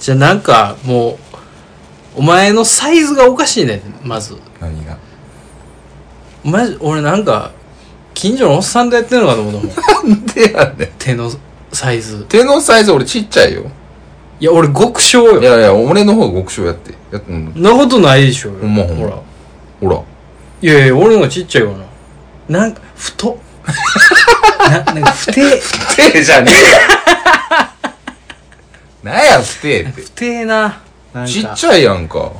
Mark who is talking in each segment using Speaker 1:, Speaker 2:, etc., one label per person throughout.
Speaker 1: じゃあなんかもうお前のサイズがおかしいねんまず
Speaker 2: 何が
Speaker 1: マジ俺なんか近所のおっさんとやってんのかと思 ったもん
Speaker 2: なんでやねん
Speaker 1: 手のサイズ
Speaker 2: 手のサイズ俺ちっちゃいよ
Speaker 1: いや俺極小よ
Speaker 2: いやいや俺の方が極小やってやっうん
Speaker 1: そんなことないでしょよ
Speaker 2: ほんまほん
Speaker 1: ほ
Speaker 2: ま
Speaker 1: ら
Speaker 2: ほら
Speaker 1: いやいや俺のがちっちゃいからななんか太 っななんか不定
Speaker 2: 不定じゃ ねえよなんや不定って
Speaker 1: 不定ななんか
Speaker 2: ちっちゃいやんか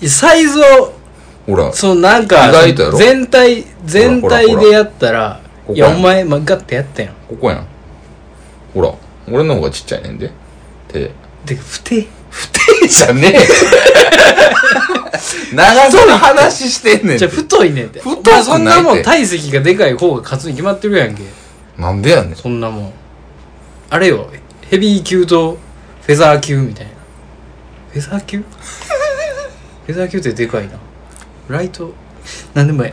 Speaker 1: いやサイズを
Speaker 2: ほら
Speaker 1: そのなんか
Speaker 2: 意外とやろ
Speaker 1: 全体全体でやったら
Speaker 2: ほら
Speaker 1: い
Speaker 2: ほら
Speaker 1: やお前、まあ、ガッてやったやん
Speaker 2: ここやんほら俺の方がちっちゃいねんで手
Speaker 1: で不定
Speaker 2: 不定じゃね えよ長その話してんねん
Speaker 1: じゃあ
Speaker 2: て
Speaker 1: 太いねんって
Speaker 2: 太くない
Speaker 1: お前そんなも
Speaker 2: って
Speaker 1: ん体積がでかい方が勝つに決まってるやんけ
Speaker 2: なんでやねん
Speaker 1: そんなもんあれよヘビー級とフェザー級みたいなフェザー 級フェザー級ってでかいなライトなんでもえ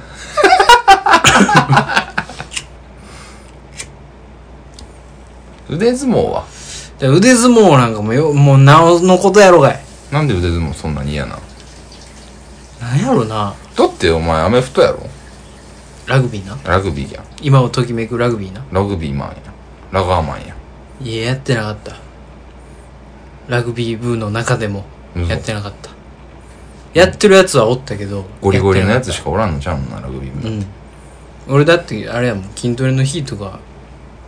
Speaker 2: 腕相撲は
Speaker 1: えじゃあ腕相撲なんかもよもうなおのことやろがい
Speaker 2: なんで腕相撲そんなに嫌な
Speaker 1: なんやろな
Speaker 2: だってお前アメフトやろ
Speaker 1: ラグビーな
Speaker 2: ラグビーやん
Speaker 1: 今をときめくラグビーな
Speaker 2: ラグビーマンやんラガーマンやん
Speaker 1: いややってなかったラグビー部の中でも
Speaker 2: 嘘
Speaker 1: やってなかったやってるやつはおったけど
Speaker 2: ゴリゴリのや
Speaker 1: って
Speaker 2: つしかおらんのちゃうんなラグビー部
Speaker 1: うん俺だってあれやもん筋トレの日とか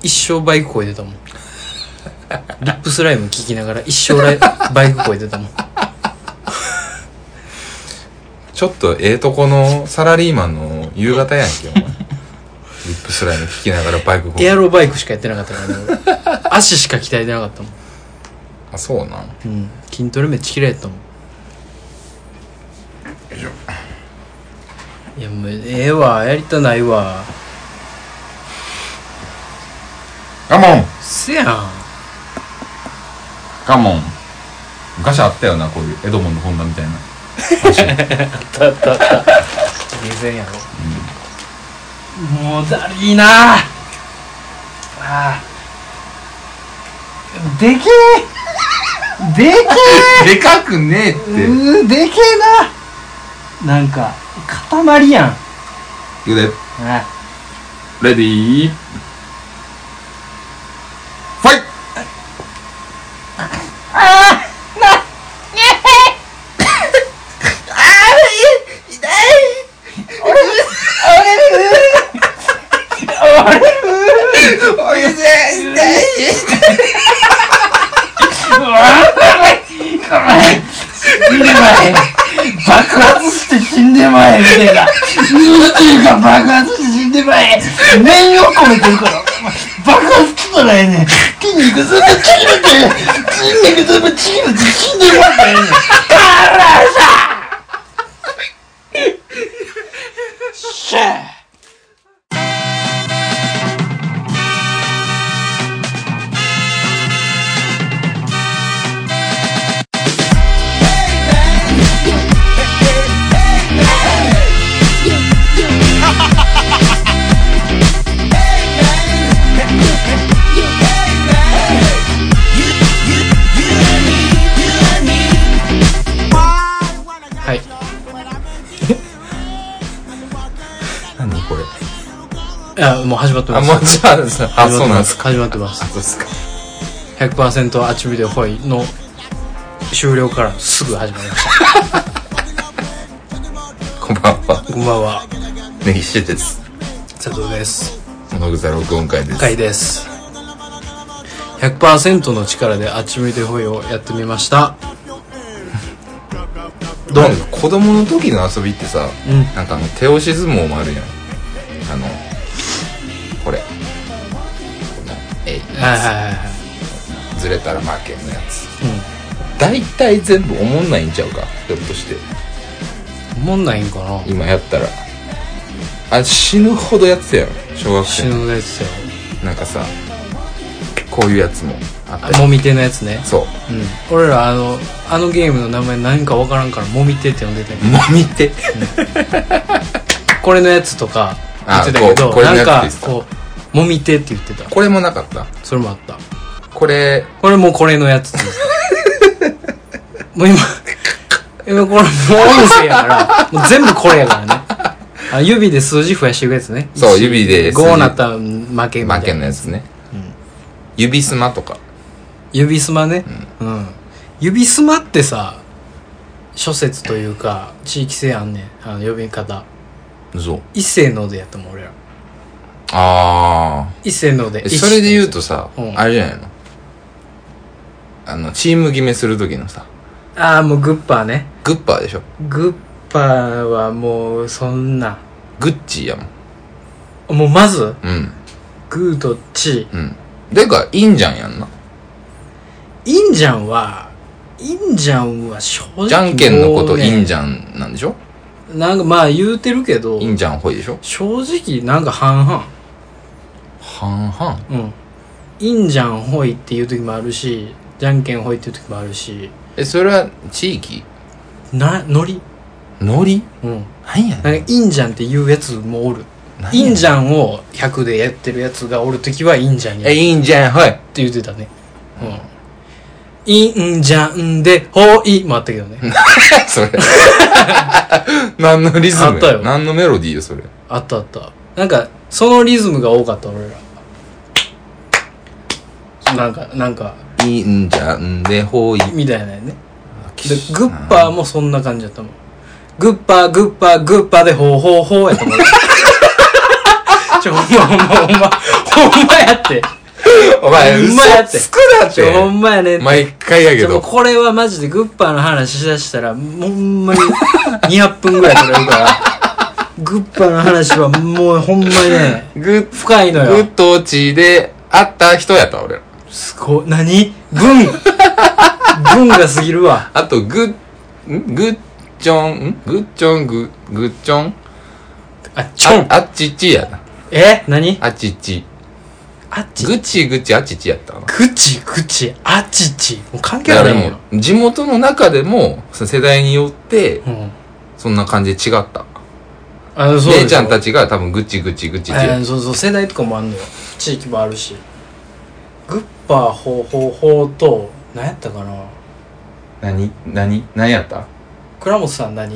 Speaker 1: 一生バイク声出たもんリップスライム聞きながら一生ライバイク声出たもん
Speaker 2: ちょっとええとこのサラリーマンの夕方やんけお前リップスライム聞きながらバイクこぐ
Speaker 1: エアロバイクしかやってなかったからね俺足しか鍛えてなかったもん、
Speaker 2: あそうなん
Speaker 1: うん、筋トレめっちゃ嫌いやったもんいやもうええわやりたないわ
Speaker 2: カモン
Speaker 1: せやん
Speaker 2: カモン昔あったよなこういうエドモンの本田みたいな
Speaker 1: 偶然やろ、もうだりーなああーでけえで
Speaker 2: でかくねえっ
Speaker 1: けえうーでけえななんか塊やん
Speaker 2: て腕
Speaker 1: あ
Speaker 2: レディーファイああなねえああ痛い俺俺おいで痛い
Speaker 3: 爆発して死んでまえみたいな宇宙が爆発して死んでまえ念を込めてるから爆発つったらええねん筋肉全部ちぎれて筋肉全部ちぎれて死んでまえねんシャー
Speaker 1: はい
Speaker 2: 何これ
Speaker 1: いやもう始まって
Speaker 2: あ
Speaker 1: ます
Speaker 2: もうじゃあさあ
Speaker 1: 始
Speaker 2: そ
Speaker 1: まってま
Speaker 2: うなん
Speaker 1: すす
Speaker 2: か
Speaker 1: 始まってます
Speaker 2: そうっすか
Speaker 1: 100%アチビデホイの終了からすぐ始まりまし
Speaker 2: こんばんは
Speaker 1: たこんばんは
Speaker 2: 根岸です
Speaker 1: 佐藤です
Speaker 2: 物草録音会です
Speaker 1: 回です100%の力であっち向いてホイをやってみましたどう
Speaker 2: なんか子供の時の遊びってさ、
Speaker 1: うん
Speaker 2: なんかあの手押し相撲もあるやんあのこれこのえい
Speaker 1: はいはいはいはい
Speaker 2: ずれたら負けのやつ大体全部おもんないんちゃうかひょっとして
Speaker 1: うんおもんないんかな
Speaker 2: 今やったらあ死ぬほどやってたやん小学
Speaker 1: 死
Speaker 2: 生の
Speaker 1: ぬやつよ
Speaker 2: なんかさこういうやつもあった
Speaker 1: あ
Speaker 2: り
Speaker 1: もみ手のやつね
Speaker 2: そう
Speaker 1: うん俺らあのあのゲームの名前何かわからんからもみ手って呼んでたんや
Speaker 2: もみ手
Speaker 1: これのやつとか言ってたけ
Speaker 2: あこう
Speaker 1: ど
Speaker 2: これの
Speaker 1: な
Speaker 2: や
Speaker 1: ん
Speaker 2: つって
Speaker 1: か
Speaker 2: 言ってた
Speaker 1: こうもみ手って言ってた
Speaker 2: これもなかった
Speaker 1: それもあった
Speaker 2: これ
Speaker 1: これもこれのやつってもう今、今これもう音声やから、もう全部これやからね。あ指で数字増やしていくやつね。
Speaker 2: そう指で数字
Speaker 1: 5なったら負けみたいな。
Speaker 2: 負けのやつね、指すまとか
Speaker 1: 指すまね、うん指すまってさ諸説というか地域性あんねんあの呼び方
Speaker 2: そう
Speaker 1: 伊勢のでやったもん俺ら
Speaker 2: あ
Speaker 1: 伊勢ので
Speaker 2: あそれで言うとさ、
Speaker 1: うん
Speaker 2: あれじゃないのあのチーム決めする時のさ
Speaker 1: ああもうグッパーね
Speaker 2: グッパーでしょ
Speaker 1: グッパーはもうそんな
Speaker 2: グッチーやもん
Speaker 1: もうまず
Speaker 2: うん
Speaker 1: グーとチ
Speaker 2: うんでかいいんじゃんやんな
Speaker 1: ーインジャンはインジャンは正直
Speaker 2: じゃんけんのこといいん
Speaker 1: ジ
Speaker 2: じゃんなんでしょ
Speaker 1: ャンなんかまあ言うてるけど
Speaker 2: いいんじゃんほいでしょ
Speaker 1: 正直なんか半々
Speaker 2: 半々
Speaker 1: うん。インジャンホイっていう時もあるし、じゃんけんホイっていう時もあるし、
Speaker 2: えそれは地域
Speaker 1: な、ノリ
Speaker 2: ノリ
Speaker 1: うん。
Speaker 2: なんや
Speaker 1: なん
Speaker 2: ね
Speaker 1: か、インジャンっていうやつもおる。
Speaker 2: ん
Speaker 1: インジャンを100でやってるやつがおる時はインジャンや
Speaker 2: え
Speaker 1: るっ
Speaker 2: いいんじゃんほい
Speaker 1: て言ってたね。うん。インジャンで、ホイもあったけどね。
Speaker 2: それ。 何のリズムや
Speaker 1: あったよ
Speaker 2: 何のメロディーよ、それ。
Speaker 1: あったあった。なんか、そのリズムが多かった、俺ら。なんか、なんか、
Speaker 2: いいんじゃんで、ほい。で、
Speaker 1: みたいなやね。で、グッパーもそんな感じだったもん。グッパー、グッパー、グッパーで、ほうほうほうやったも ん。ちょ、ほんま、ほんま、ほんま、ほんまやって。
Speaker 2: お前、
Speaker 1: う
Speaker 2: 嘘
Speaker 1: まいやつ
Speaker 2: つくだっ
Speaker 1: ちょ、ほ
Speaker 2: て。
Speaker 1: んまやねって。
Speaker 2: 毎回やけ
Speaker 1: ちょ、もう
Speaker 2: ど。
Speaker 1: これはマジでグッパーの話しだしたら、もうほんまに200分ぐらい取れるから、グッパーの話はもうほんまにね、
Speaker 2: グッ、
Speaker 1: 深いの
Speaker 2: グ
Speaker 1: よ
Speaker 2: ッ。と落ちで、会った人やった、俺ら。
Speaker 1: すごい、何文文が過ぎるわ。
Speaker 2: あと、グッ、んグッチョン、んグッチョン、グッ、グッチョン。
Speaker 1: あ、ちょん。
Speaker 2: ああっちっちやな。
Speaker 1: え何
Speaker 2: あっちっち。
Speaker 1: あっち
Speaker 2: グッチグッチあっちっちやったな。
Speaker 1: ぐちぐち、あちち。もう関係
Speaker 2: だか
Speaker 1: な
Speaker 2: ら
Speaker 1: いも
Speaker 2: も
Speaker 1: ん。
Speaker 2: う、地元の中でも、その世代によって、
Speaker 1: うん。
Speaker 2: そんな感じで違った。
Speaker 1: あの、そうでしょ。
Speaker 2: 姉ちゃんたちが多分グチグチグチって
Speaker 1: えーそうそう、世代とかもあんのよ。地域もあるし。グッパー、ほうほうほうと、何やったかな
Speaker 2: 何何何やった
Speaker 1: 倉本さん何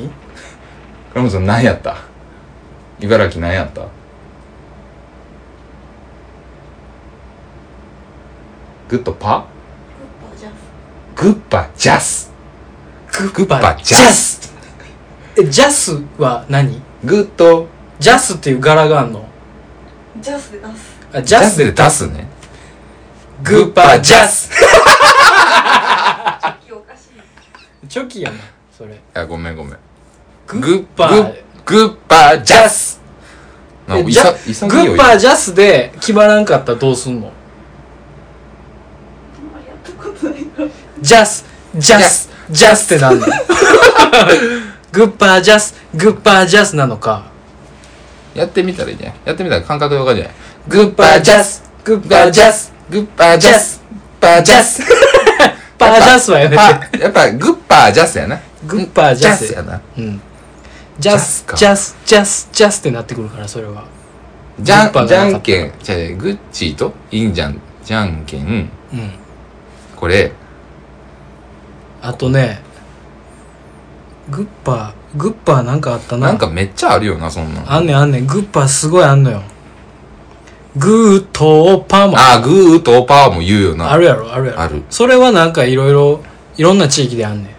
Speaker 2: 倉本さん何やった茨城何やったグッドパグッパジャス
Speaker 1: グ
Speaker 2: グッパジャス
Speaker 1: え、ジャスは何
Speaker 2: グッド
Speaker 1: ジャスっていう柄があんの
Speaker 4: ジャスで出す。
Speaker 1: あ、ジ
Speaker 2: ジ
Speaker 1: ャ
Speaker 2: ャ
Speaker 1: ス
Speaker 2: スで出すね
Speaker 1: グッパー、ジャス
Speaker 4: おかしい。
Speaker 1: チョキやな、それ。
Speaker 2: あごめんごめん
Speaker 1: グッパ
Speaker 2: グ
Speaker 1: ー
Speaker 2: ッ。グッパジャスなん
Speaker 1: え
Speaker 2: か
Speaker 1: ジャ
Speaker 2: いさ
Speaker 1: グッパー、ジャスで決まらんかったらどうすんの
Speaker 4: あんまりやったことないから。
Speaker 1: ジャス、ジャス、ジャスって なんのグッパージャス、グッパージャスなのか。
Speaker 2: やってみたらいいじゃんやってみたら感覚でわかるじゃない
Speaker 1: グッパージャス、グッパージャス、
Speaker 2: グッパジャスグッパジャス
Speaker 1: パージャスはやめて。
Speaker 2: パやっぱグッパージャスやな
Speaker 1: グッパージャス
Speaker 2: やな
Speaker 1: うん。ジャス、ジ
Speaker 2: ジ
Speaker 1: ャス、ジャス、ジャスってなってくるから、それは。
Speaker 2: じゃ
Speaker 1: グッパー
Speaker 2: んじ
Speaker 1: じゃなか
Speaker 2: ゃん
Speaker 1: った
Speaker 2: けんじゃあグッチーとインジャンじゃんけん
Speaker 1: うん。
Speaker 2: これ
Speaker 1: あとね、グッパー、グッパーなんかあったな。
Speaker 2: なんかめっちゃあるよなそんなん
Speaker 1: あんねんあんねん。グッパーすごいあんのよ。グーとパーも
Speaker 2: あーグーとパーも言うよ
Speaker 1: あ
Speaker 2: な
Speaker 1: るやろ、あるやろ。
Speaker 2: ある
Speaker 1: それはなんかいろいろ、いろんな地域であんねん。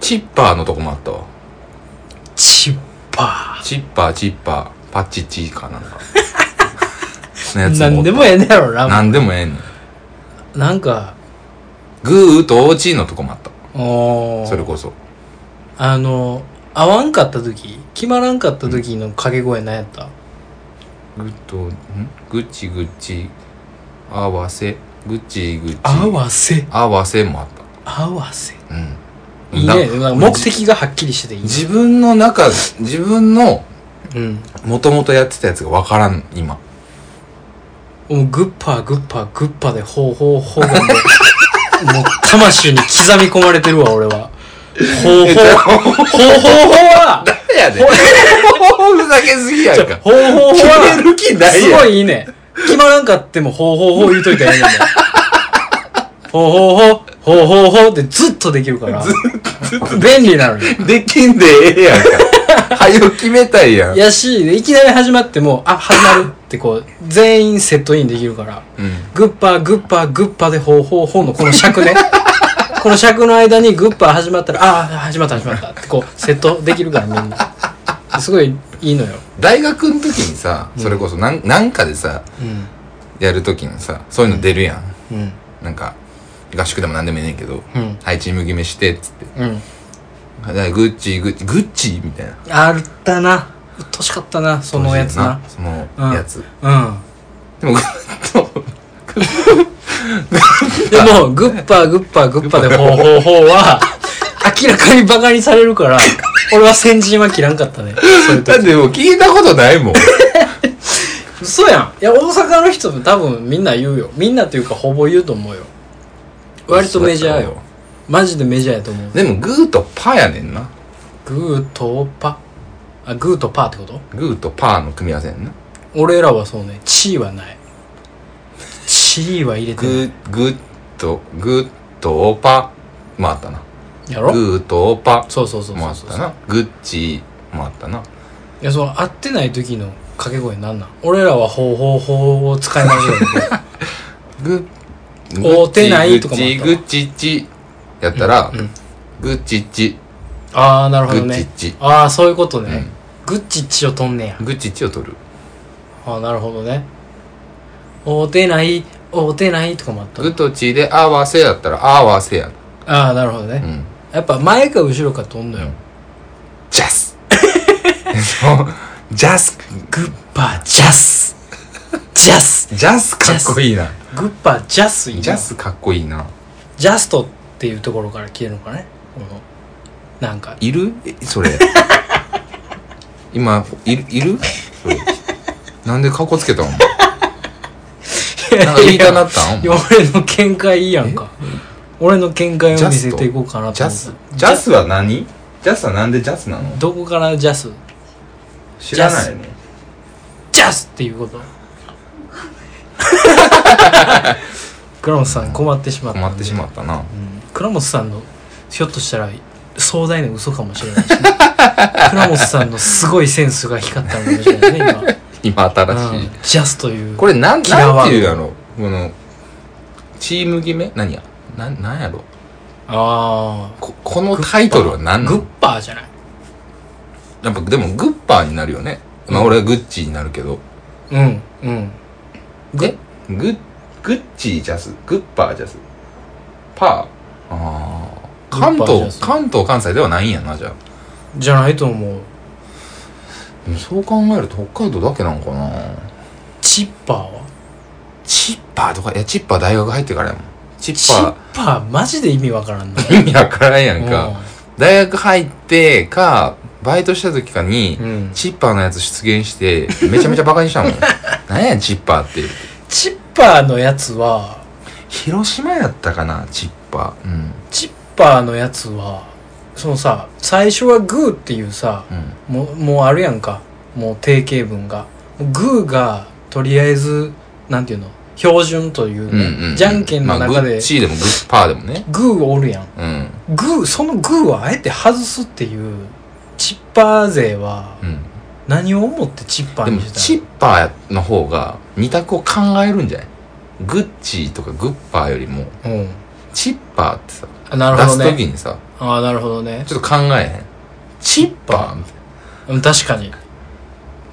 Speaker 2: チッパーのとこもあったわ
Speaker 1: チッパ
Speaker 2: チッパーチッパーパッチチーかなんかのや
Speaker 1: ー。
Speaker 2: つ
Speaker 1: なんでもええねやろな。
Speaker 2: なんでもええねん
Speaker 1: なんか、
Speaker 2: グーとチーのとこもあった
Speaker 1: おー
Speaker 2: それこそ
Speaker 1: あの、合わんかった時、決まらんかった時の掛け声何やった、
Speaker 2: グッとんグッチグッチ合わせグッチグッチ
Speaker 1: 合わせ。
Speaker 2: 合わせもあっ
Speaker 1: 合わせ。
Speaker 2: たうん
Speaker 1: いい
Speaker 2: な
Speaker 1: ね。なんか目的がはっきりしてていいね。
Speaker 2: 自分の中、自分の
Speaker 1: うん。
Speaker 2: もともとやってたやつがわからん、今。
Speaker 1: もうグッパー、グッパー、グッパーで、ほうほうほうがもう、もう魂に刻み込まれてるわ、俺は。ほうほう、ほうほうほうは、
Speaker 2: やで。ふざけすぎやんか。
Speaker 1: ほうほうほう
Speaker 2: 決め
Speaker 1: は、
Speaker 2: る気ない
Speaker 1: す
Speaker 2: や
Speaker 1: ご
Speaker 2: ん。
Speaker 1: いいいね。決まらんかっても、ほうほうほう言うといたらいいね。ほうほうほう、ほうほうほうってずっとできるから。便利なのよ。
Speaker 2: できんでええやんか。はよ決めたいやん。
Speaker 1: やし、でいきなり始まっても、あ、始まるってこう、全員セットインできるから。
Speaker 2: うん。
Speaker 1: グッパー、グッパー、グッパーでほうほうほうのこの尺 ね。この尺の間にグッパー始まったら、ああ、始まった始まったってこう、セットできるからみんな。すごいいいのよ。
Speaker 2: 大学の時にさ、それこそなんなんかでさ、
Speaker 1: う
Speaker 2: やる時にさ、そういうの出るやん。
Speaker 1: ん。うん。
Speaker 2: なんか、合宿でも何でもいいねんけど、
Speaker 1: うん。
Speaker 2: はい、チーム決めして、つって。
Speaker 1: うん。
Speaker 2: はいグッチー、グッチー、グッチーみたいな。
Speaker 1: あったな。うっとうしかったな、そのやつな。
Speaker 2: そのやつ。
Speaker 1: うん。
Speaker 2: でも、グッと、
Speaker 1: でも、グッパー、グッパー、グッパーでほうほうほうは、明らかにバカにされるから、俺は先陣は切らんかったね。そういう時
Speaker 2: だってもう聞いたことないもん。
Speaker 1: 嘘やんいや大阪の人も多分みんな言うよみんなというかほぼ言うと思うよ割とメジャーよ。マジでメジャーやと思う
Speaker 2: でも、グーとパーやねんな。
Speaker 1: グーとパあグーとパーってこと
Speaker 2: グーとパーの組み合わせやんな。
Speaker 1: 俺らはそうねチーはないチーは入れてない
Speaker 2: グー、グッと、グッとパーもあったな。
Speaker 1: やろ
Speaker 2: グーとパ
Speaker 1: そうそうそう
Speaker 2: ーも
Speaker 1: そ
Speaker 2: あ
Speaker 1: うそ
Speaker 2: っ
Speaker 1: う
Speaker 2: たな。グッチーもあったな。
Speaker 1: いやその合ってない時の掛け声なんなん俺らはほうほうほうを使いましょうよ
Speaker 2: グッ、
Speaker 1: 合うてないとかもあったわ
Speaker 2: グッチー、グッチー、チーやったら
Speaker 1: うん、
Speaker 2: グッチー、チ
Speaker 1: ああなる
Speaker 2: ー、
Speaker 1: ほど
Speaker 2: グッチ
Speaker 1: ね
Speaker 2: ー、チー。
Speaker 1: ああそういうことね、グッチッチをとんねや
Speaker 2: グッチー、チーを取る。
Speaker 1: ああなるほどねおうてないおうてないとかもあった
Speaker 2: グとチで合わせやったら合わせや。
Speaker 1: ああなるほど
Speaker 2: う
Speaker 1: ね、
Speaker 2: ん。
Speaker 1: やっぱ前か後ろかとんのよ、
Speaker 2: うんジャス そうジャス、
Speaker 1: グッパージャスジャス
Speaker 2: ジャスかっこいいな。
Speaker 1: グッパージャスいいな
Speaker 2: ジャスかっこいいな。
Speaker 1: ジャストっていうところから来てるのかねこのなんか
Speaker 2: いるえそれ。今、いるいるそれなんで格好つけたのなんか言いたなったん
Speaker 1: いや俺の見解いいやんか俺の見解を見せていこうかな
Speaker 2: ジ
Speaker 1: と
Speaker 2: ャ
Speaker 1: 思
Speaker 2: ス
Speaker 1: っ、
Speaker 2: ジャスは何ジャスはなんでジャスなの
Speaker 1: たどこからジャス
Speaker 2: 知らないね。
Speaker 1: ジャスっていう こと倉本さん困ってしまったんで
Speaker 2: 困ってしまったな。
Speaker 1: 倉本さんのひょっとしたら壮大な嘘かもしれない し、ね、倉本さんのすごいセンスが光ったのかもしれないね今、
Speaker 2: 今新
Speaker 1: う
Speaker 2: し
Speaker 1: ん
Speaker 2: い。、
Speaker 1: ジャスという
Speaker 2: これなん、
Speaker 1: 嫌わん
Speaker 2: なんていうやろこの、チーム決め何やなん、なんやろ
Speaker 1: あ
Speaker 2: こ、このタイトルは
Speaker 1: あ
Speaker 2: 何な
Speaker 1: グッ
Speaker 2: の
Speaker 1: パーじゃない
Speaker 2: やっぱでもグッパーになるよね。まあ俺はグッチーになるけど。
Speaker 1: うんうん
Speaker 2: で、グッ、グッチージャス、グッパージャス。パー。ああ。関
Speaker 1: グッパージャ
Speaker 2: 東、
Speaker 1: ス
Speaker 2: 関東関西ではないんやな、じゃあ。
Speaker 1: じゃないと思う
Speaker 2: でもそう考えると北海道だけなんかな
Speaker 1: チッパーは
Speaker 2: チッパーとか、いや、チッパー大学入ってからやもん。チッ
Speaker 1: チッ
Speaker 2: パ
Speaker 1: パーマジで意味わからんな
Speaker 2: ー、意味わからんやん
Speaker 1: うん
Speaker 2: か。大学入ってか、バイトした時かに、
Speaker 1: うん
Speaker 2: チッパーのやつ出現して、めちゃめちゃバカにした もん。なんや、チッパーって。
Speaker 1: チッパーのやつは
Speaker 2: 広島やったかな、チッパー。うん。
Speaker 1: チッパーのやつはそのさ最初はグーっていうさ
Speaker 2: うん。
Speaker 1: もうもうあるやんかもう定型文がグーがとりあえずなんていうの標準という,、
Speaker 2: うんうんうん
Speaker 1: じゃんけんの
Speaker 2: まあ
Speaker 1: 中
Speaker 2: グ
Speaker 1: で
Speaker 2: ッチーでもグッパーでもね。
Speaker 1: グーおるやん
Speaker 2: うん。
Speaker 1: グーそのグーをあえて外すっていうチッパー勢は
Speaker 2: うん。
Speaker 1: 何を思ってチッパー
Speaker 2: で
Speaker 1: に
Speaker 2: も、
Speaker 1: した
Speaker 2: チッパーの方が二択を考えるんじゃないグッチーとかグッパーよりも、
Speaker 1: のうん
Speaker 2: チッパーってさ、
Speaker 1: あなる
Speaker 2: 出
Speaker 1: ほど
Speaker 2: すとき
Speaker 1: ね
Speaker 2: にさ、
Speaker 1: ああなるほどね
Speaker 2: ちょっと考えへん。チッパーみたいな。
Speaker 1: うん確かにっ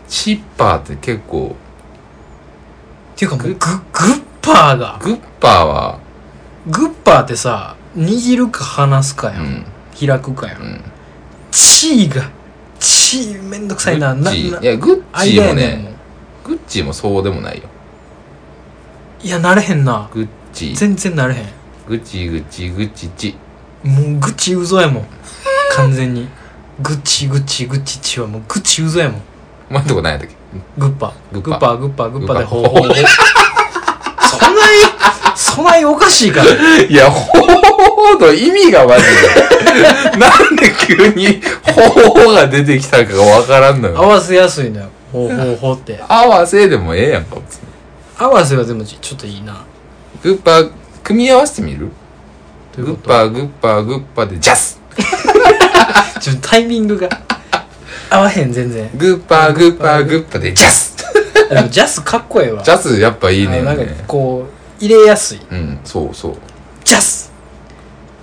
Speaker 2: チッパーって結構、
Speaker 1: ていうかもうグ
Speaker 2: グ
Speaker 1: グッパーが
Speaker 2: グッパーは、
Speaker 1: グッパーってさ握るか離すか
Speaker 2: う
Speaker 1: やん、
Speaker 2: ん、
Speaker 1: 開くかや
Speaker 2: うんん。
Speaker 1: チーがチーめんどくさいな
Speaker 2: グッ
Speaker 1: な
Speaker 2: チー
Speaker 1: ない
Speaker 2: や、グッチー
Speaker 1: 間
Speaker 2: も
Speaker 1: やねん
Speaker 2: ね、グッチーもそうでもないよ。
Speaker 1: いや、なれへんな。
Speaker 2: グッチー、
Speaker 1: 全然なれへ
Speaker 2: グッチー、グッチー、グッチーチ
Speaker 1: ん。もう、愚痴うぞやも ん。完全に。愚痴、愚痴、愚痴、ちはもう、愚痴うぞやもん。
Speaker 2: お前んとこ何やったっけ
Speaker 1: グッパ。
Speaker 2: グ
Speaker 1: グ
Speaker 2: ッ
Speaker 1: ッ
Speaker 2: パ
Speaker 1: パ、グッパ、グッパで、
Speaker 2: グ
Speaker 1: ほ
Speaker 2: ッ
Speaker 1: う
Speaker 2: パ
Speaker 1: ほうほう。そんなに、そんなにおかしいから。
Speaker 2: いや、ほほほの意味がマジで。なんで急にほほほが出てきたかがわからんの
Speaker 1: 合
Speaker 2: よ。
Speaker 1: わせやすいのよ。ほうほうほうって。
Speaker 2: 合わせでもええやんか、別に
Speaker 1: 合わせはでもち、ちょっといいな。
Speaker 2: グッパー、組み合わせてみる
Speaker 1: という
Speaker 2: グ
Speaker 1: こ
Speaker 2: ッ
Speaker 1: と
Speaker 2: パーグッパーグッパーでジャス
Speaker 1: ちょっとタイミングが合わへん全然
Speaker 2: グッパーグッパーグッパーでジャス
Speaker 1: でもジャスかっこええわ
Speaker 2: ジャスやっぱいい
Speaker 1: あ
Speaker 2: ね
Speaker 1: のなんかこう入れやすい
Speaker 2: うんそうそう
Speaker 1: ジャス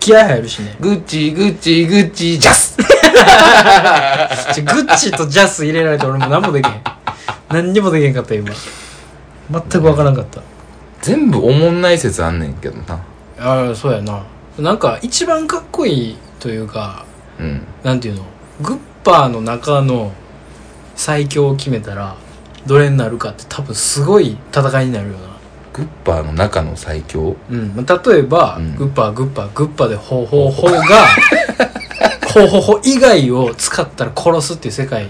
Speaker 1: 気合入るしね
Speaker 2: グッチーグッチーグッチージャス
Speaker 1: ちょグッチとジャス入れられて俺もう何もできへん何にもできへんかった今全くわからんかった
Speaker 2: 全部おもんない説あんねんけどな
Speaker 1: ああそうやななんか一番かっこいいというか
Speaker 2: うん
Speaker 1: なんていうのグッパーの中の最強を決めたらどれになるかって多分すごい戦いになるよな
Speaker 2: グッパーの中の最強
Speaker 1: うんまあ例えば、
Speaker 2: うん
Speaker 1: グッパーグッパーグッパーでホーホーホー がホーホーホー以外を使ったら殺すっていう世界っ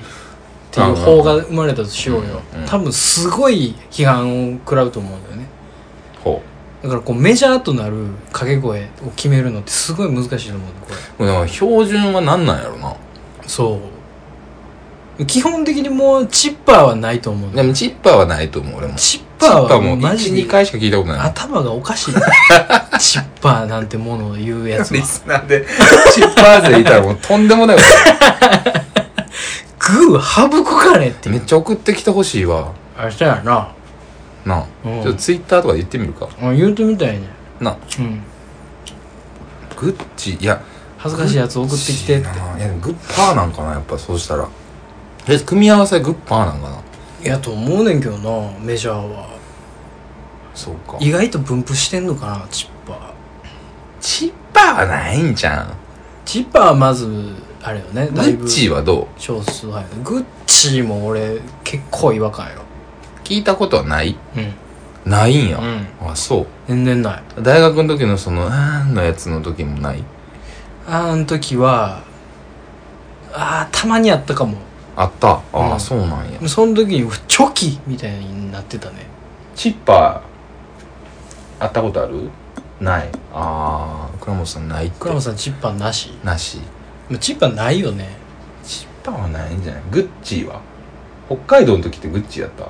Speaker 1: ていう法が生まれたとしようよ、
Speaker 2: うんうん
Speaker 1: 多分すごい批判を食らうと思うんだよね
Speaker 2: ほ
Speaker 1: だからこうメジャーとなる掛け声を決めるのってすごい難しいと思うんだこれ
Speaker 2: うでも標準は何なんやろな
Speaker 1: そう基本的にもうチッパーはないと思うんだ
Speaker 2: でもチッパーはないと思う俺もチ
Speaker 1: チッ
Speaker 2: ッ
Speaker 1: パー
Speaker 2: パ
Speaker 1: は
Speaker 2: ーも
Speaker 1: もうマジで
Speaker 2: 12回しか聞いたことない
Speaker 1: 頭がおかし いチッパーなんてものを言うやつは
Speaker 2: リスナーでチッパー勢いたらもうとんでもないわ
Speaker 1: グー省くかねって
Speaker 2: めっちゃ送ってきてほしいわ
Speaker 1: あれやな
Speaker 2: なあち
Speaker 1: う
Speaker 2: ょ
Speaker 1: ん
Speaker 2: っとツイッターとかで言ってみるか
Speaker 1: あ言うてみたいね
Speaker 2: なあ
Speaker 1: うん
Speaker 2: グッチいや
Speaker 1: 恥ずかしいやつ送ってきてって
Speaker 2: グッチないやでもグッパーなんかなやっぱそうしたらとりあえず組み合わせグッパーなんかない
Speaker 1: やと思うねんけどなメジャーは
Speaker 2: そうか
Speaker 1: 意外と分布してんのかなチッパー
Speaker 2: チッパーはないんじゃん
Speaker 1: チッパーはまずあれよね
Speaker 2: グ
Speaker 1: だいぶ
Speaker 2: ッチーはどう
Speaker 1: 少数派やねグッチーも俺結構違和感よ
Speaker 2: 聞いたことはない
Speaker 1: うん
Speaker 2: ないんや、
Speaker 1: うん
Speaker 2: あそう
Speaker 1: 全然ない
Speaker 2: 大学の時のその「あーん」のやつの時もない
Speaker 1: あの時はああたまにあったかも
Speaker 2: あったああ、
Speaker 1: うん
Speaker 2: そうなんや
Speaker 1: その時にチョキみたいになってたね
Speaker 2: チッパーあったことあるないああ倉本さんないって
Speaker 1: 倉本さんチッパーなし
Speaker 2: なし
Speaker 1: まあチッパーないよね
Speaker 2: チッパーはないんじゃないグッチーは北海道の時ってグッチーやった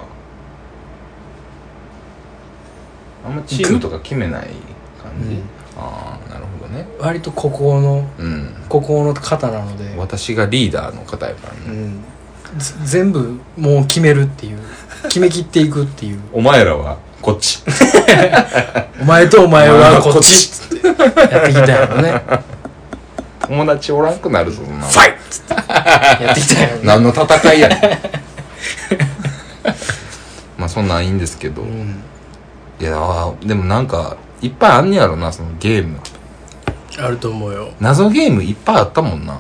Speaker 2: あんまチームとか決めない感じ、
Speaker 1: うん
Speaker 2: ああなるほどね
Speaker 1: 割と孤高の
Speaker 2: うん
Speaker 1: 孤高の方なので、
Speaker 2: 私がリーダーの方やからね、
Speaker 1: うん、ぜ全部もう決めるっていう決めきっていくっていう
Speaker 2: お前らはこっち
Speaker 1: お前とお前はこっちっつってやってきたんやろね
Speaker 2: 友達おらんくなるぞそんな
Speaker 1: ファイトっつってやってきたんやろね
Speaker 2: 何の戦い やねんまあそんなんいいんですけど、
Speaker 1: う
Speaker 2: い
Speaker 1: ん
Speaker 2: やーでもなんかいっぱいあんねやろなそのゲーム
Speaker 1: あると思うよ
Speaker 2: 謎ゲームいっぱいあったもんな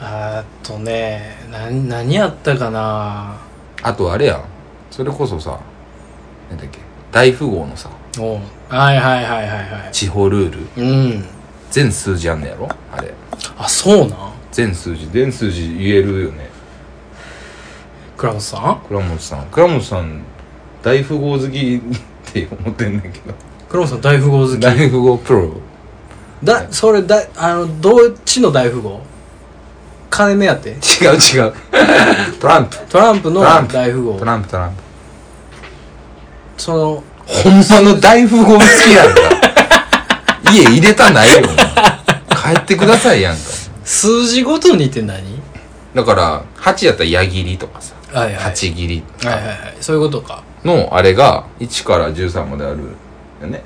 Speaker 1: あーとねな何やったかな
Speaker 2: あとあれやんそれこそさなんだっけ大富豪のさ
Speaker 1: おうはいはいはいはいはい
Speaker 2: 地方ルール
Speaker 1: うん
Speaker 2: 全数字あんねやろあれ
Speaker 1: あそうなん
Speaker 2: 全数字全数字言えるよね
Speaker 1: 倉本さん
Speaker 2: 倉本さん倉本さん大富豪好き って思ってんねんけど
Speaker 1: 倉本さん大富豪好きだ
Speaker 2: 大富豪プロ
Speaker 1: それだあのどっちの大富豪金目当て
Speaker 2: 違う違うトランプ
Speaker 1: トランプの
Speaker 2: トランプ
Speaker 1: 大富豪
Speaker 2: トランプトランプ
Speaker 1: その
Speaker 2: ほんまの大富豪好きやんか 家入れたないよ帰ってくださいやんか
Speaker 1: 数字ごとにって何
Speaker 2: だから8やったら矢切りとかさ
Speaker 1: はいはい
Speaker 2: 8切り
Speaker 1: はいはいはいそういうことか
Speaker 2: のあれが1から13まであるよね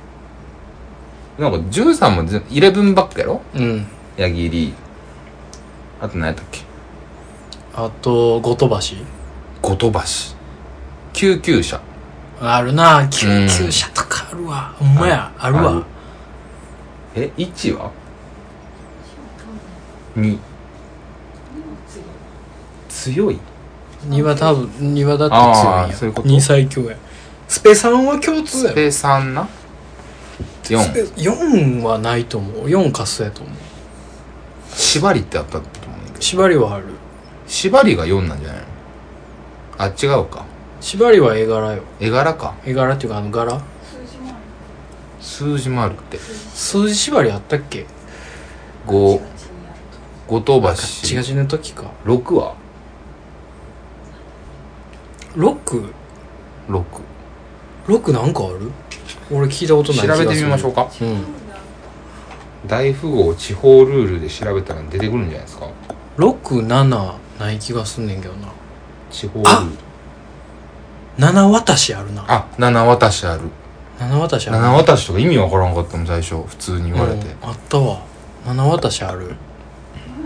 Speaker 2: なんか13も全11ばっかやろ
Speaker 1: うん
Speaker 2: 矢切りあと何やったっけ
Speaker 1: あと後鳥羽
Speaker 2: 後鳥羽市救急車
Speaker 1: あるな救急車とかあるわほんまやある
Speaker 2: あ
Speaker 1: わ
Speaker 2: るえ1は ?2 強い
Speaker 1: 2は多分2はだって
Speaker 2: あーそ
Speaker 1: 強いう
Speaker 2: うい
Speaker 1: や
Speaker 2: こ
Speaker 1: ん
Speaker 2: と
Speaker 1: 2最強やスペ3は共通や
Speaker 2: ス
Speaker 1: ろ
Speaker 2: ペ3な4
Speaker 1: 4はないと思う4カスやと思う
Speaker 2: 縛りってあったと思うんだけど
Speaker 1: 縛りはある
Speaker 2: 縛りが4なんじゃないのあ違うか
Speaker 1: 縛りは絵柄よ
Speaker 2: 絵柄か
Speaker 1: 絵柄っていうかあの柄
Speaker 4: 数字もある
Speaker 2: 数字もあるって
Speaker 1: 数字縛りあったっけ
Speaker 2: 5
Speaker 4: ちにあると
Speaker 2: 後鳥
Speaker 1: ガ
Speaker 2: 羽
Speaker 1: チ
Speaker 2: 市
Speaker 1: ガチの時か
Speaker 2: 6は
Speaker 1: 6
Speaker 2: 6
Speaker 1: 六なんかある俺聞いたことない
Speaker 2: 調べてみましょうか
Speaker 1: うん
Speaker 4: なんだ
Speaker 2: 大富豪地方ルールで調べたら出てくるんじゃないですか
Speaker 1: 67ない気がすんねんけどな
Speaker 2: 地方ルール
Speaker 1: 7渡しあるな
Speaker 2: あ七渡しある
Speaker 1: 7渡しある
Speaker 2: 七渡しとか意味わからんかったもん最初普通に言われて、
Speaker 1: うんあったわ7渡しある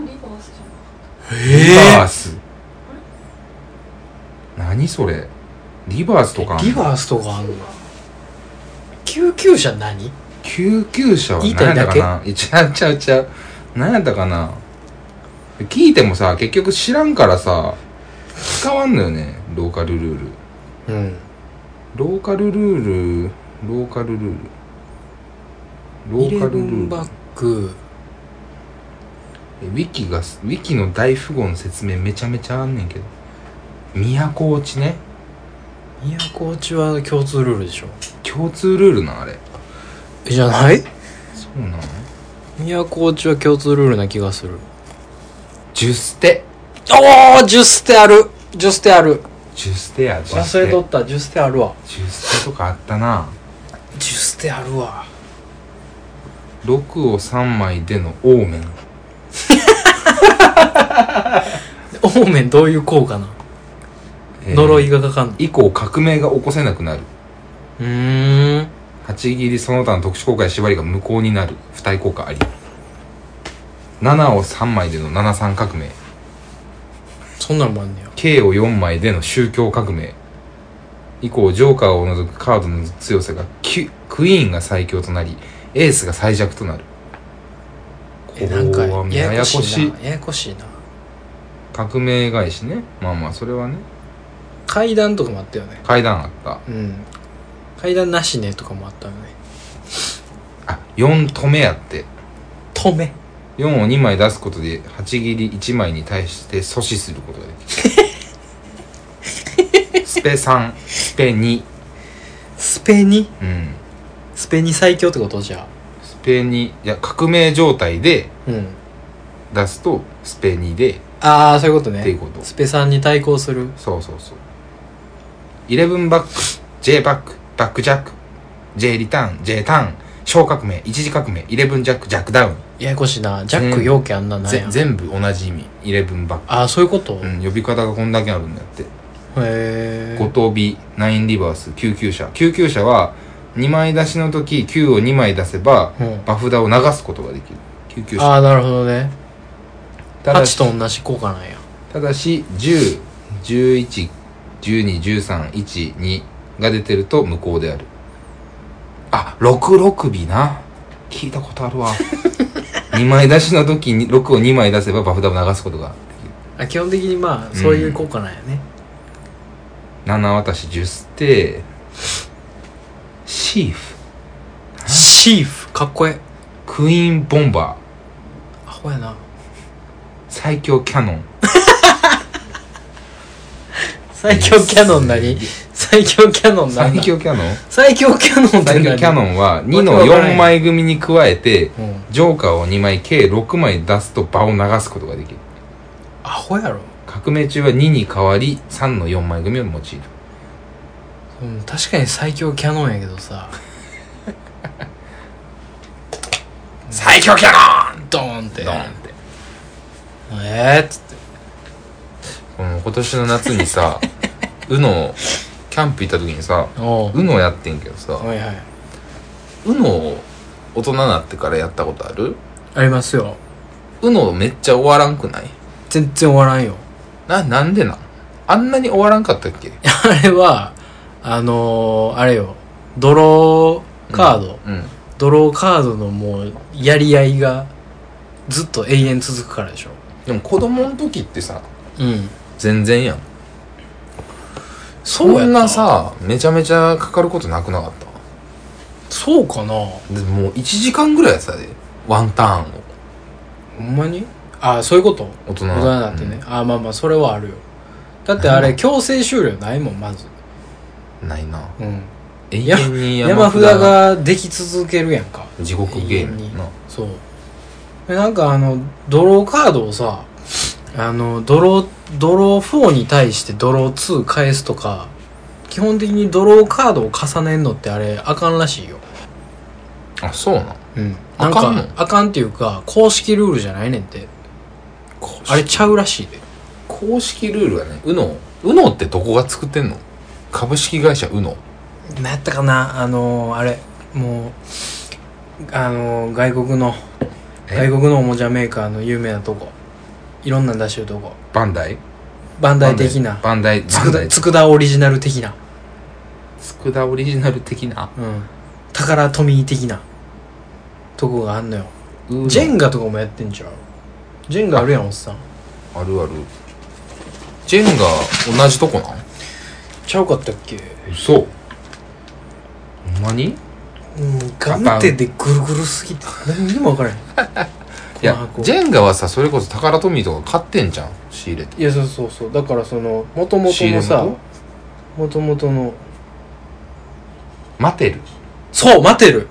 Speaker 4: リバースじゃん
Speaker 2: リ
Speaker 1: え
Speaker 2: バース何それリバースとかあんの
Speaker 1: リバースとかあんの救急車何
Speaker 2: 救急車は
Speaker 1: 言い
Speaker 2: 何
Speaker 1: た
Speaker 2: や
Speaker 1: い
Speaker 2: った
Speaker 1: だ
Speaker 2: か
Speaker 1: け
Speaker 2: なえちゃうちゃうちゃう何やったかな聞いてもさ結局知らんからさ使わんのよねローカルルール
Speaker 1: うん
Speaker 2: ローカルルールローカルルールロ
Speaker 1: イ
Speaker 2: ー
Speaker 1: レ
Speaker 2: カ
Speaker 1: ブ
Speaker 2: ルル
Speaker 1: ン
Speaker 2: ー
Speaker 1: バ
Speaker 2: ル
Speaker 1: ッグ
Speaker 2: えウィキがウィキの大富豪の説明めちゃめちゃあんねんけど都落ちね
Speaker 1: 都落ちは共通ルールでしょ
Speaker 2: 共通ルールなんあれ
Speaker 1: えじゃない
Speaker 2: そうなの
Speaker 1: 都落ちは共通ルールな気がする
Speaker 2: ジュステ
Speaker 1: おお10ステある10ステある
Speaker 2: ジュステやジュス
Speaker 1: 忘れ
Speaker 2: テ
Speaker 1: とった10ステあるわ
Speaker 2: ジュステとかあったな
Speaker 1: 10ステあるわ
Speaker 2: 6を3枚でのオーメン
Speaker 1: オーメンどういう効果な、
Speaker 2: えー
Speaker 1: 呪いがかかんの
Speaker 2: 以降革命が起こせなくなる
Speaker 1: うーん
Speaker 2: 八切りその他の特殊効果や縛りが無効になる不対効果あり7を3枚での7三革命
Speaker 1: そんなんもあんねや
Speaker 2: K を4枚での宗教革命以降ジョーカーを除くカードの強さがキュクイーンが最強となりエースが最弱となる
Speaker 1: えなんか
Speaker 2: こう
Speaker 1: ややこしい
Speaker 2: ややこしい
Speaker 1: なややこしいな
Speaker 2: 革命返しねまあまあそれはね
Speaker 1: 階段とかもあったよね
Speaker 2: 階段あった
Speaker 1: うん階段なしねとかもあったよね
Speaker 2: あ4止めやって
Speaker 1: 止め
Speaker 2: 4を2枚出すことで8切り1枚に対して阻止することができるスペ3スペ2
Speaker 1: スペニ
Speaker 2: うん
Speaker 1: スペニ最強ってことじゃ
Speaker 2: スペ2いや革命状態で
Speaker 1: あうん
Speaker 2: 出すとスペ2で
Speaker 1: ああそういうこと
Speaker 2: っていう
Speaker 1: ね
Speaker 2: こと
Speaker 1: スペさんに対抗する
Speaker 2: そうそうそう11バック J バックバックジャック J リターン J ターン小革命一次革命11ジャックジャックダウン
Speaker 1: ややこしいなジャック要件あんなない
Speaker 2: ぜ
Speaker 1: や
Speaker 2: 全部同じ意味11バック
Speaker 1: ああそういうこと、
Speaker 2: う
Speaker 1: へ
Speaker 2: ん呼び方がこんだけあるんだって
Speaker 1: え
Speaker 2: 五等ビナインリバース救急車救急車は2枚出しの時9を2枚出せば、
Speaker 1: うん
Speaker 2: バフ札を流すことができる救急車
Speaker 1: ああなるほどね
Speaker 2: ただした
Speaker 1: 8と同じ効果なんや
Speaker 2: ただし10 11 12 13 1 2が出てると無効であるあ六六尾な聞いたことあるわ2枚出しの時に6を2枚出せばバフ札を流すことが
Speaker 1: あ基本的にまあそういう効果なんやね、
Speaker 2: 7渡し10捨てシーフ
Speaker 1: シーフかっこええ
Speaker 2: クイーンボンバー
Speaker 1: アホやな
Speaker 2: 最強キャノン
Speaker 1: 最強キャノン何最強キャノン何
Speaker 2: 最強キャ ノン
Speaker 1: 最強キャノンって
Speaker 2: 最
Speaker 1: 何
Speaker 2: 強キャノンは2
Speaker 1: わ
Speaker 2: の
Speaker 1: けわからん
Speaker 2: 4枚組に加えて
Speaker 1: うん
Speaker 2: ジョーカーを2枚計6枚出すと場を流すことができる
Speaker 1: アホやろ、
Speaker 2: 革命中は2に変わり3の4枚組を用いる
Speaker 1: うん、確かに最強キャノンやけどさ
Speaker 2: 最強キャノン
Speaker 1: ドーンって
Speaker 2: ドーンって
Speaker 1: えー、っつって
Speaker 2: この今年の夏に さ UNO キャンプ行った時にさ
Speaker 1: おう
Speaker 2: UNO やってんけどさ
Speaker 1: はいはい
Speaker 2: ウノ大人になってからやったことある
Speaker 1: ありますよ
Speaker 2: UNO めっちゃ終わらんくない
Speaker 1: 全然終わらんよ
Speaker 2: ななんでなんあんなに終わらんかったっけ
Speaker 1: あれはあのー、あれよドローカード、
Speaker 2: うん
Speaker 1: ドローカードのもうやり合いがずっと永遠続くからでしょ
Speaker 2: でも子供の時ってさ
Speaker 1: うん
Speaker 2: 全然やん
Speaker 1: そ
Speaker 2: こん
Speaker 1: な
Speaker 2: なさめちゃめちゃかかることなくなかった
Speaker 1: そうかな
Speaker 2: でもう1時間ぐらいやってたでワンターンを
Speaker 1: ほんまにああそういうこと
Speaker 2: 大人
Speaker 1: 大人になってね、ああまあまあそれはあるよだってあれ強制終了ないもんまず
Speaker 2: うんないな
Speaker 1: うん
Speaker 2: 永
Speaker 1: や
Speaker 2: 遠に
Speaker 1: 山札ができ続けるやんか
Speaker 2: 地獄ゲー
Speaker 1: 永
Speaker 2: ム
Speaker 1: 遠に
Speaker 2: な
Speaker 1: そうでなんかあのドローカードをさあのドロードロー4に対してドロー2返すとか基本的にドローカードを重ねんのってあれあかんらしいよ
Speaker 2: あそうなん
Speaker 1: うんな
Speaker 2: あ
Speaker 1: ん
Speaker 2: かんの
Speaker 1: かあかんっていうか公式ルールじゃないねんってあれちゃうらしいで
Speaker 2: 公式ルールはね UNO UNO ってどこが作ってんの株式会社 UNO
Speaker 1: 何やったかなあのー、あれもうあのー、外国の
Speaker 2: え
Speaker 1: 外国のおもちゃメーカーの有名なとこいろんなん出してるとこ
Speaker 2: バンダイ
Speaker 1: バンダイ的な
Speaker 2: バンダイ
Speaker 1: つ
Speaker 2: バ
Speaker 1: く
Speaker 2: ンダ
Speaker 1: だ
Speaker 2: イ
Speaker 1: つくだオリジナル的な
Speaker 2: つくだオリジナル的な
Speaker 1: うん宝トミー的なとこがあんのよジェンガとかもやってんじゃんジェンガあるやんおっさん
Speaker 2: あるあるジェンが同じとこなん
Speaker 1: ちゃうかったっけ
Speaker 2: 嘘ほんまに
Speaker 1: うんガムテでぐるぐるすぎて何にも分からへ ん
Speaker 2: い
Speaker 1: この
Speaker 2: や
Speaker 1: 箱
Speaker 2: ジェンガはさそれこそ宝トミーとか買ってんじゃん仕入れて
Speaker 1: いやそうそうそうだからそのもとも
Speaker 2: 仕
Speaker 1: と
Speaker 2: 入れ
Speaker 1: のさ
Speaker 2: 元
Speaker 1: もともとの
Speaker 2: マテル
Speaker 1: そうマテル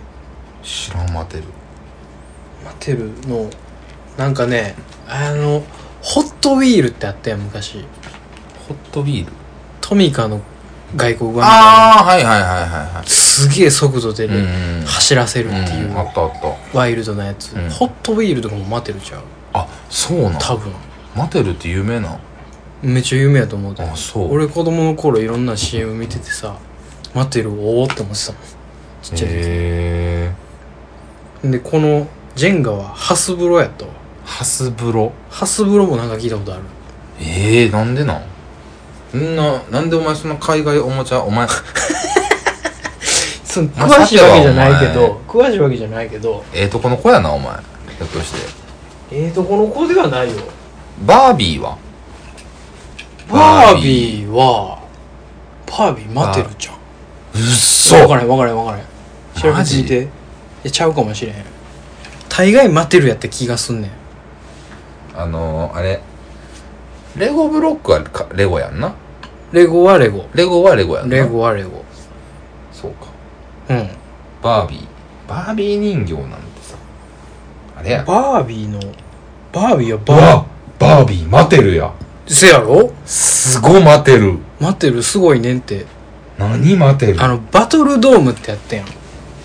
Speaker 2: 知らんマテル
Speaker 1: マテルのなんかねあのホットウィールってあったやん昔
Speaker 2: ホットビール
Speaker 1: トミカの外国版みたいな
Speaker 2: ああはいはいはいはいはい
Speaker 1: すげえ速度出
Speaker 2: うん
Speaker 1: る、走らせるっていう
Speaker 2: うんあったあった
Speaker 1: ワイルドなやつ、
Speaker 2: うん
Speaker 1: ホットウィールとかもマテルちゃう
Speaker 2: あそうなん
Speaker 1: 多分
Speaker 2: マテルって有名なん
Speaker 1: めっちゃ有名やと思うで
Speaker 2: あそう
Speaker 1: 俺子供の頃いろんな CM 見ててさマテルおおって思ってたもんちっちゃい時、
Speaker 2: へえ
Speaker 1: でこのジェンガはハスブロやったわ
Speaker 2: ハスブロ
Speaker 1: ハスブロもなんか聞いたことある
Speaker 2: ええなんでなんそんななんでお前そんな海外おもちゃお前
Speaker 1: その
Speaker 2: まあ
Speaker 1: 詳しいわけじゃないけ
Speaker 2: さては
Speaker 1: ど詳しいわけじゃないけど
Speaker 2: ええとこの子やなお前ひょっとして
Speaker 1: ええとこの子ではないよ
Speaker 2: バービーは
Speaker 1: バービーはバービーマテルちゃん
Speaker 2: うっそ
Speaker 1: 分からへん分からへん分からへん調べ
Speaker 2: マ
Speaker 1: て
Speaker 2: ジ
Speaker 1: みていやちゃうかもしれへん大概マテルやった気がすんねん
Speaker 2: あのー、あれレゴブロックはかレゴやんな
Speaker 1: レゴはレゴ
Speaker 2: レゴはレゴやんな
Speaker 1: レゴはレゴ
Speaker 2: そうか
Speaker 1: うん
Speaker 2: バービーバービー人形なんてさあれや
Speaker 1: バービーのバービーはバー
Speaker 2: バーバービーマテルや
Speaker 1: せやろ
Speaker 2: すごマテル
Speaker 1: マテルすごいねんって
Speaker 2: 何マテル
Speaker 1: あのバトルドームってやってんやん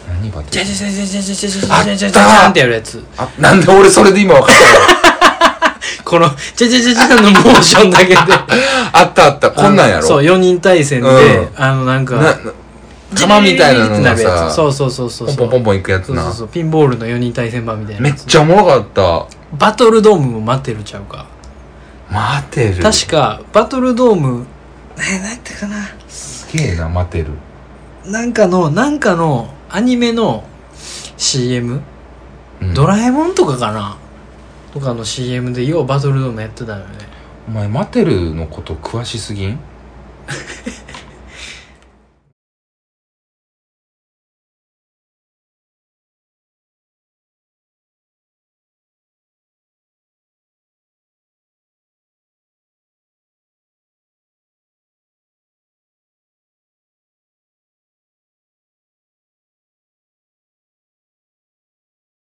Speaker 2: 何マテ
Speaker 1: じ
Speaker 2: ル
Speaker 1: ゃじゃじゃじゃじゃじゃじゃじゃじゃじゃ
Speaker 2: あったー
Speaker 1: じゃじゃんってやるやつ
Speaker 2: あなんで俺それで今分かったの
Speaker 1: このじゃじゃじゃじゃのモーションだけで
Speaker 2: あったあった、こんなん
Speaker 1: あ
Speaker 2: や
Speaker 1: の
Speaker 2: ろ。
Speaker 1: そう4人対戦で
Speaker 2: う
Speaker 1: あのなん
Speaker 2: な、
Speaker 1: か
Speaker 2: な玉みたいなの
Speaker 1: ジー
Speaker 2: が
Speaker 1: ってるや
Speaker 2: さ
Speaker 1: つ、そうそうそうそう
Speaker 2: ポン
Speaker 1: そ
Speaker 2: ポ
Speaker 1: う
Speaker 2: ンポンポンいくやつ
Speaker 1: そうそ
Speaker 2: な
Speaker 1: う。そうピンボールの4人対戦版みたいな
Speaker 2: めっ
Speaker 1: やつ
Speaker 2: ちゃおもろかった。
Speaker 1: バトルドームも待ってるちゃうか
Speaker 2: マテル。
Speaker 1: 確かバトルドームえ何やったかな
Speaker 2: すげえな、マテル。
Speaker 1: なんかのなんかのアニメの CM
Speaker 2: うん
Speaker 1: ドラえもんとかかなとかの CM でようバトルドームやってたのよね
Speaker 2: お前、マテルのこと詳しすぎん